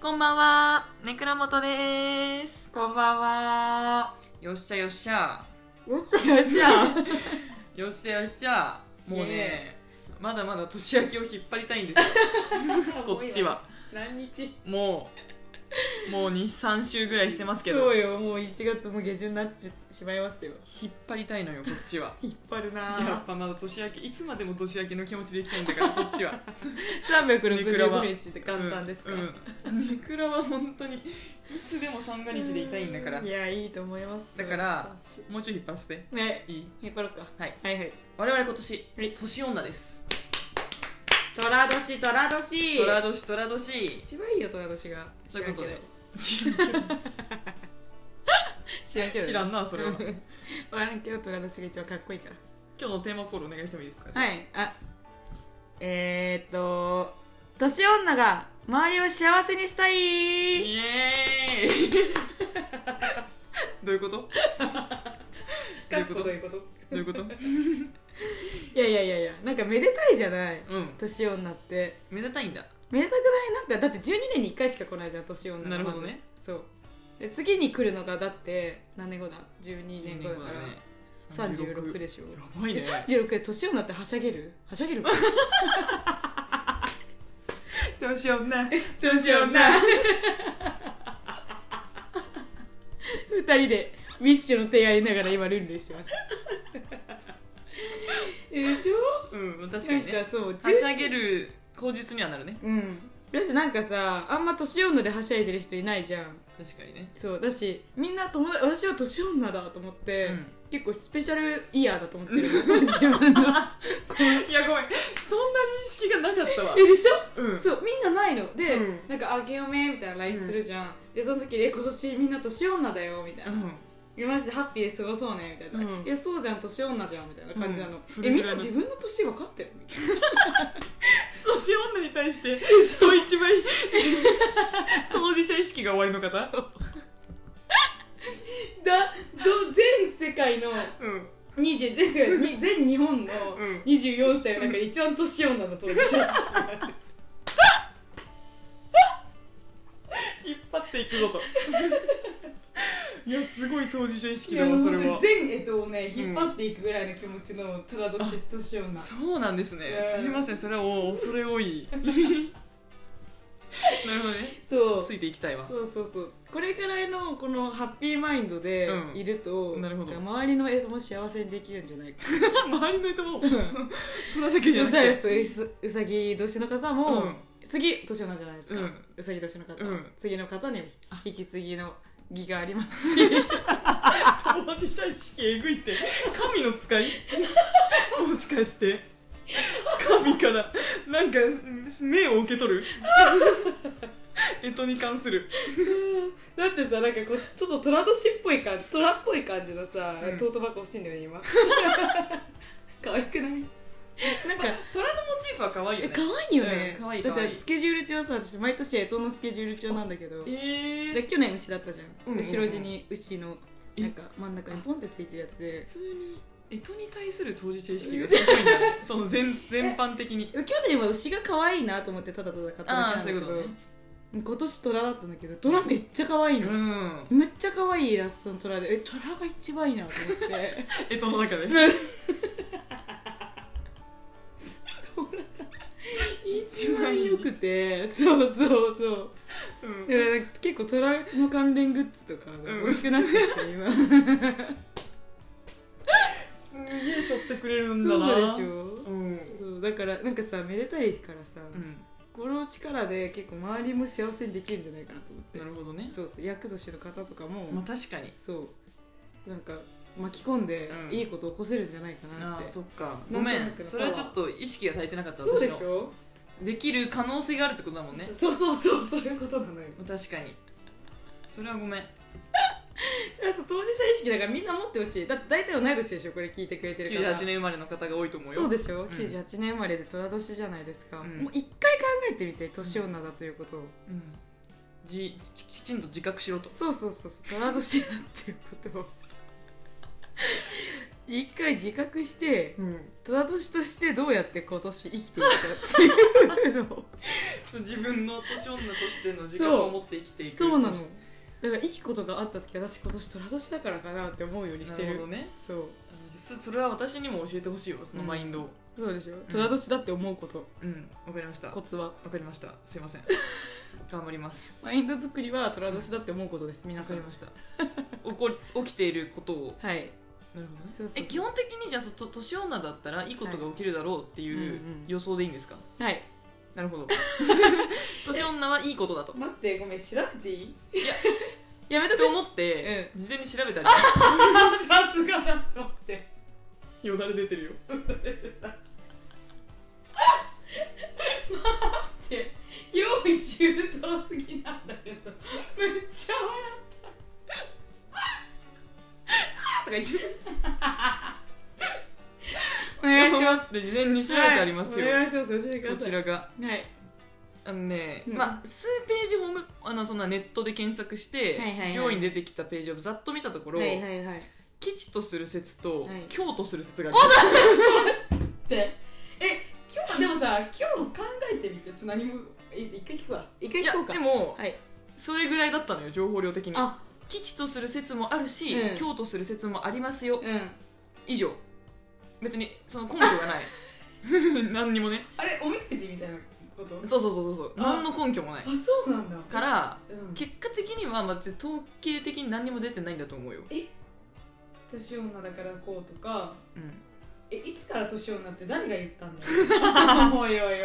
こんばんは、ねくらもとです。こんばんはよっしゃよっしゃ。よっしゃよっしゃよっしゃよっしゃ。もうねイエ、まだまだ年明けを引っ張りたいん ですよ、 こっちは。何日もう、もう2、3週ぐらいしてますけどそう、よもう1月も下旬になっちしまいますよ引っ張りたいのよ、こっちは。引っ張る やなっぱまだ年明け、いつまでも年明けの気持ちでいきたいんだから、こ っちは。 365日って簡単ですか、うんうんネクラは本当にいつでも三が日でいたいんだからいやいいと思いますよだからそうもうちょい引っ張らせてそうねいい引っ張ろうかはいはいはい我々今年はい年女です虎年虎年虎年虎年一番いいよ虎年がそういうことで知らんけど知らんなそ れは分からんけど虎年が一番かっこいいから今日のテーマコールお願いしてもいいですかはい、あえー、っと年女が周りを幸せにしたいイエーイどういうことどういうことどいうことういうこといやいやいやいやなんかめでたいじゃないうん年女って目立たいんだめでたくないなんかだって12年に1回しか来ないじゃん年女なるほどねまずそうで次に来るのがだって何年後だ12年後だから、36でしょやばい えね36で年女ってはしゃげるはしゃげるか年女年女 二人でウィッシュの提案言いながら今ルンルンしてましたえ でしょうん確かなんにねかそうははしゃげる口実にはなるねうんだしなんかさあんま年女ではしゃいでる人いないじゃん確かにねそうだしみんな友達私は年女だと思って、うん結構スペシャルイヤーだと思ってる 自分のいやごめんそんな認識がなかったわえでしょうんそうみんなないので、うんなんか「あげおめ」みたいな LINE するじゃん、でその時に「え今年みんな年女だよ」み たいなうん「今までハッピーで過ごそうね」みたいうな、んいやそうじゃん年女じゃん」みたいな感じなの、うんそえれぐみんらいのな自分の年分かってるみたいな年女に対して人一倍当事者意識が終わりの方だど全世界のうん20全世界に全日本のうん24歳の中で一番年女の当事者引っ張っていくぞといやすごい当事者意識いだやわもうそれは全江戸をね引っ張っていくぐらいの気持ちの虎年年女そうなんですねうんすみませんそれはお恐れ多い なるほどねそうついていきたいわそうそうそうこれくらいのこのハッピーマインドでうんいると、なるほどんか周りの絵も幸せにできるんじゃないか周りの人 も虎だけじゃうなくさてそういうすうさぎ年の方も、うん次年女じゃないですか、ううんさぎ年の方、うん次の方に引き継ぎの儀がありますし当事者意識えぐいって神の使いもしかして神からなんか命を受け取る干支に関するだってさなんかこうちょっと虎年っぽい感虎っぽい感じのさ、うんトートバッグ欲しいんだよね今 可愛くないなんか虎のモチーフは可愛いえよね可愛いよね、うん可愛いだっ可愛ていスケジュール帳さ私毎年干支のスケジュール帳なんだけどえでー、去年牛だったじゃん,、うんうんうんで白地に牛のなんか真ん中にポンってついてるやつで普通に干支に対する当事者意識がすごいんだね その全全般的に去年は牛が可愛いなと思ってただただ買っただけなんだけあーそういどうこ今年虎だったんだけど虎めっちゃ可愛いの、んめっちゃ可愛いイラストの虎でえ虎が一番いいなと思って干支の中で一番良くてそうそうそううんだから結構虎の関連グッズとかん欲しくなっちゃって今すげえしょってくれるんだなそうでしうょんそうだからなんかさめでたいからさ、うんこの力で結構周りも幸せにできるんじゃないかなと思ってなるほどねそうそう役年の方とかも、まあ確かにそうなんか巻き込んでうんいいこと起こせるんじゃないかなっあて、あそっかごなんとめなくんそれはちょっと意識が足りてなかったそうでし私のょできる可能性があるってことだもんねそうそうそうそういうことなのよまあ確かにそれはごめん あと当事者意識だからみんな持ってほしいだって大体同い年でしょこれ聞いてくれてるから98年生まれの方が多いと思うよそうでしょ、ん98年生まれで寅年じゃないですか、うんもう一回考えてみて年女だということを、うんじきちんと自覚しろとそうそうそうそう寅年だっていうことを 一回自覚してうん、ただ年としてどうやって今年生きていくかっていうのを自分の年女としての自覚を持って生きていくそうなのだからいいことがあった時私今年虎年だからかなって思うようにしてなるるほどねそうあそそれは私にも教えてほしいわそのマインドをそうでしょ虎年だって思うこと、うんわ、かりましたコツはわかりましたすい ません頑張りますマインド作りは虎年だって思うことです皆わさかんりました 起こり起きていることをはいなるほどねそうそうそうえ基本的にじゃあそと年女だったらいいことが起きるだろうってはいいううんうん予想でいいんですか、はいなるほ ど年女はいいことだと っ待ってごめん調べていいいや やめとてく思って、事前に調べたり さすがだと思ってよだれ出てるよって用意周到すぎなんだけどめっちゃ笑とか言って お願いしますすって事前に調べてありますよ、はいお願いします教えてくだこさちいらがはいあのね、うんまあ数ページホームあのそんなネットで検索して、はいはいはい上位に出てきたページをざっと見たところ、はいはいはい基地とする説と、はい京都する説がありますってえ今日でもさ今日考えてみてちょっと何もい一回聞くわ一回いやでも、はいそれぐらいだったのよ情報量的にあ基地とする説もあるし、うん京都する説もありますよ、うん以上別にその根拠がない 何にもねあれおみくじみたいなことそうそうそうそうそうあ何の根拠もないあそうなんだからうん結果的には、まあ、統計的に何にも出てないんだと思うよ、え年女だからこうとかうん、えいつから年女って誰が言ったんだ よおいおいおいおい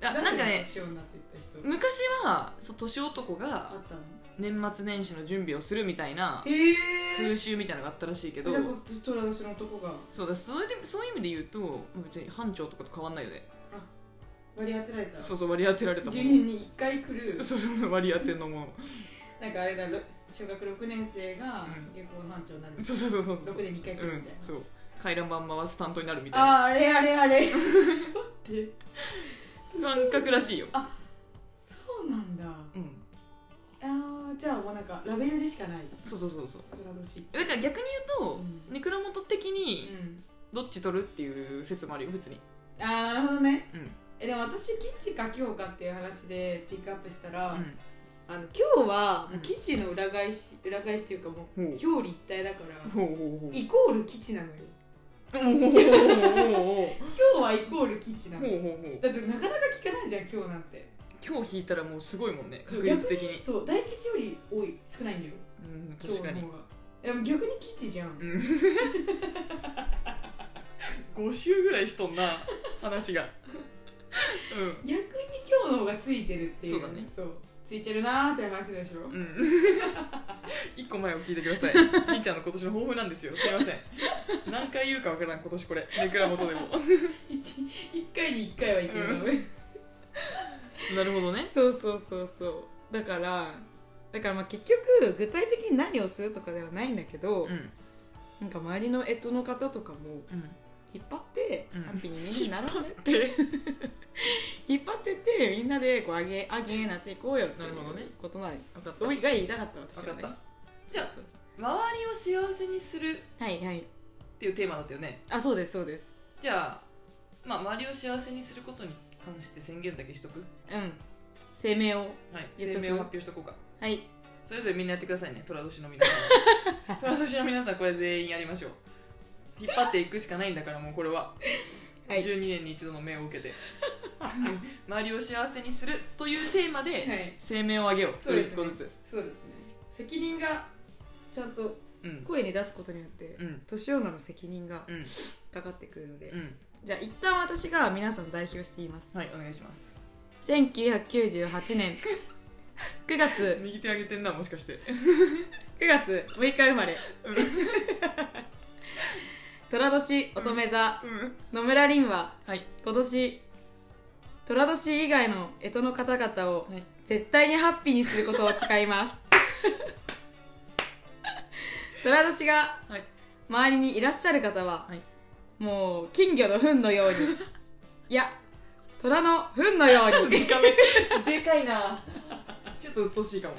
あなんか誰ねが年女って言った人昔はそう年男があったの年末年始の準備をするみたいなえ風習みたいなのがあったらしいけどじゃあ今年虎年の男がそうだそれでそういう意味で言うともう別に班長とかと変わんないよね割り当てられたそうそう割り当てられたも12の年に1回来るそうそうそう割り当てのものなんかあれだろ小学6年生うがん下校の班長になるそうそうそうそうそう6年に1回来うるみんたいな、そう回覧板回す担当になるみたいなあーあれあれ あれって感覚らしいよそうなんだうんあーじゃあもうなんかラベルでしかないそうそうそうそう虎年だから逆に言うと、うんネクラモト的うにんどっち取るっていう説もあるよ別にあーなるほどねうんえでも私キッチか今日かっていう話でピックアップしたうら、んあの今日はうん基地の裏返し裏返しというかもほうう表裏一体だからほうほうほうイコール基地なのよほうほうほうほう今日はイコール基地なほうのほうほ うだってなかなか聞かないじゃん今日なんて今日引いたらもうすごいもんね確率的にそう大吉より多い少ないんだようん今日確のかに方がでも逆に基地じゃうん、ん5週ぐらいしとんな話がう逆に今日の方がついてるっていうそうだねそうついてるなーって話でし ょ、んうん一個前を聞いてくださ いみーちゃんの今年の抱負なんですよすいません何回言うかわからん今年これネクラ元でも一一回に一回はいけるの、 なるほどねそうそうそうそうだからだからまあ結局具体的に何をするとかではないんだけど、うんなんか周りの干支の方とかもうん引っ張って、うんハッピーにみんななら ねって 引っ張ってってみんなでこうあげあげなっていこうよっていなるほどねうことなの分かったおいが言いたかった私は分ねかったじゃあそうです周りを幸せにするっはいはいていうテーマだったよねあそうですそうですじゃあまあ周りを幸せにすることに関して宣言だけしとくうん声明をはい言っ声とく明を発表しとこうかはいそれぞれみんなやってくださいね虎年の皆 さん虎年の皆さんこれ全員やりましょう引っ張っていくしかないんだからもうこれは、はい12年に一度の命を受けて 周りを幸せにするというテーマでい声明をあげようそうですね一個ずつそうですね責任がちゃんとうん声に出すことによって、うん年女の責任がうんかかってくるので、うんじゃあ一旦私が皆さん代表して言いますはいお願いします1998年 9月右手上げてんなもしかして9月6日生まれうん寅年乙女座うん野村凛ははい今年寅年以外の干支の方々をはい絶対にハッピーにすることを誓います 寅年がはい周りにいらっしゃる方は、はいもう金魚の糞のよ うにいや虎の糞のように でかめでかいなちょっと鬱陶しいかも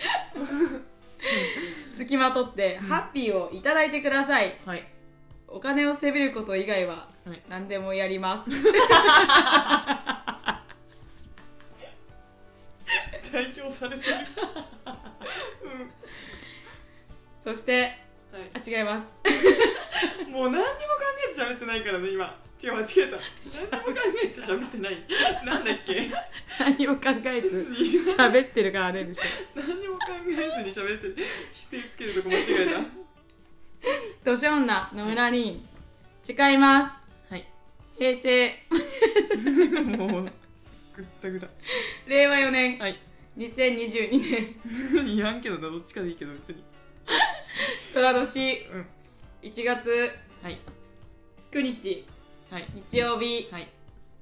つきまとってハッピーをいただいてください、はいお金をせびること以外ははい何でもやります 代表されてるそしてうんはいあ違いますもう何にも考えて喋ってないからね今違う間違えた何にも考えて喋ってないなんだっけ 何を考え ず喋ってるからあれでしょ何にも考えずに喋ってる否定つけるとこ間違え年女野村凛誓いますたはい平成もうぐったぐだ令和4年はい2022年いやんけどなどっちかでいいけど別に寅年うん1月はい9日はい日曜日はい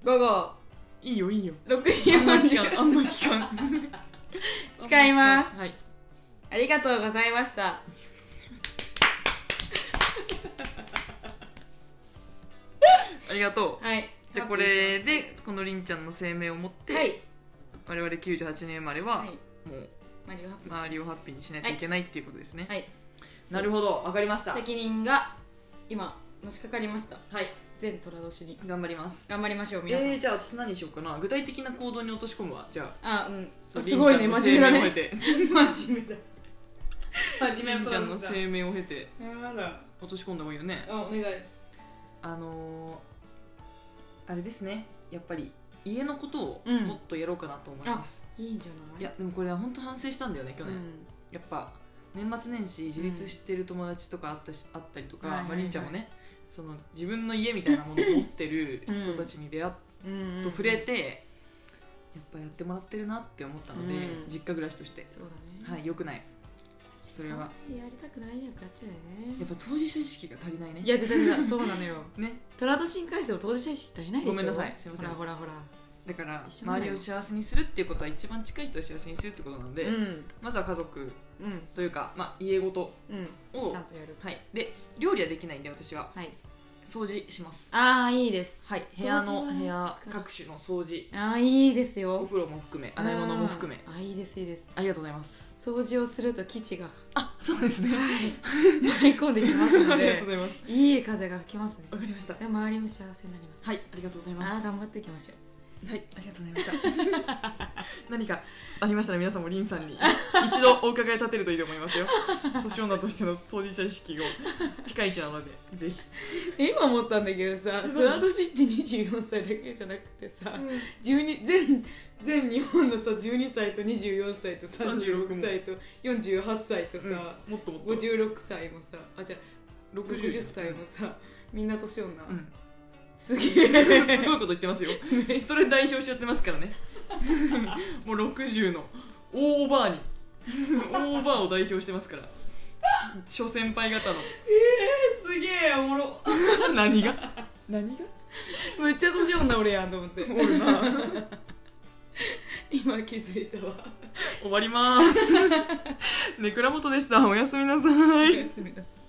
午後いいよいいよ6時あんま聞40かんあんま聞かん誓いますはいありがとうございましたありがとうはいでこれでこのりんちゃんの声明を持っはてい我々98年生まれははいもうマリオハッピー周りをハッピーにしないといけないっていうことですねはいなるほどわかりました責任が今のしかかりましたはい全寅年に頑張ります頑張りましょう皆さん、えー、じゃあ私何しようかな具体的な行動に落とし込むわじゃああうんあすごいね真面目だね真面目だ 真り面ん目ちゃなん虎の年だ声明を経てやだ落とし込んだ方がいいよねあお願いあのー、あれですねやっぱり家のことをうんもっとやろうかなと思います、いいんじゃないいやでもこれは本当反省したんだよね去う年、んやっぱ年末年始自立してる友達とかあったし、あったりとか、はいはいはいまあ、りんちゃんもねその自分の家みたいなものを持ってる人たちに出会っうんうんと触れて、やっぱやってもらってるなって思ったので、うん実家暮らしとしてそうだねはいよくないそれはやりたくない役やっちゃうよやねっぱ当事者意識が足りないねいや出た出たそうなのよね虎年に関しても当事者意識足りないでしょごめんなさいすいませんほらほらほだから一緒なん周だりよを幸せにするっていうことは一番近い人を幸せにするってことなので、らうんまずは家族うんというか、まあ、家ごとうんをちゃんとやるはいで料理はできないんで私ははい掃除しますああいいですはい部屋の掃除は部屋ですか各種の掃除ああいいですおよ風呂も含め洗い物も含めうんあーいいですいいですありがとうございます掃除をすると基地があそうですね舞い込んできますあのり がとうごでざいますいい風が吹きますねわかりましたで周りも幸せになりますはいありがとうございますああー頑張っていきましょうはい、ありがとうございました。 何かありましたら皆さんもリンさんに 一度お伺い立てるといいと思い ますよ。年女としての当事者意識をピカイチなので、ぜひ。今思ったんだけどさ虎年って24歳だけじゃなくてさ、12全全日本のさ12歳と24歳と36歳と48歳とうんさ、もっともっと。 56歳もさあじゃあ60歳もさみんな年女、うん。すげえすごいこと言ってますよ。それ代表しちゃってますからね。 もう60の大おばあに、大おばあを代表してますから。諸先輩方すげえおもろの何が何がめっちゃ年女俺やんと思っておるな今気づいたわ 終わります。ねくらもとでした。おやすみなさおいや。すみなさい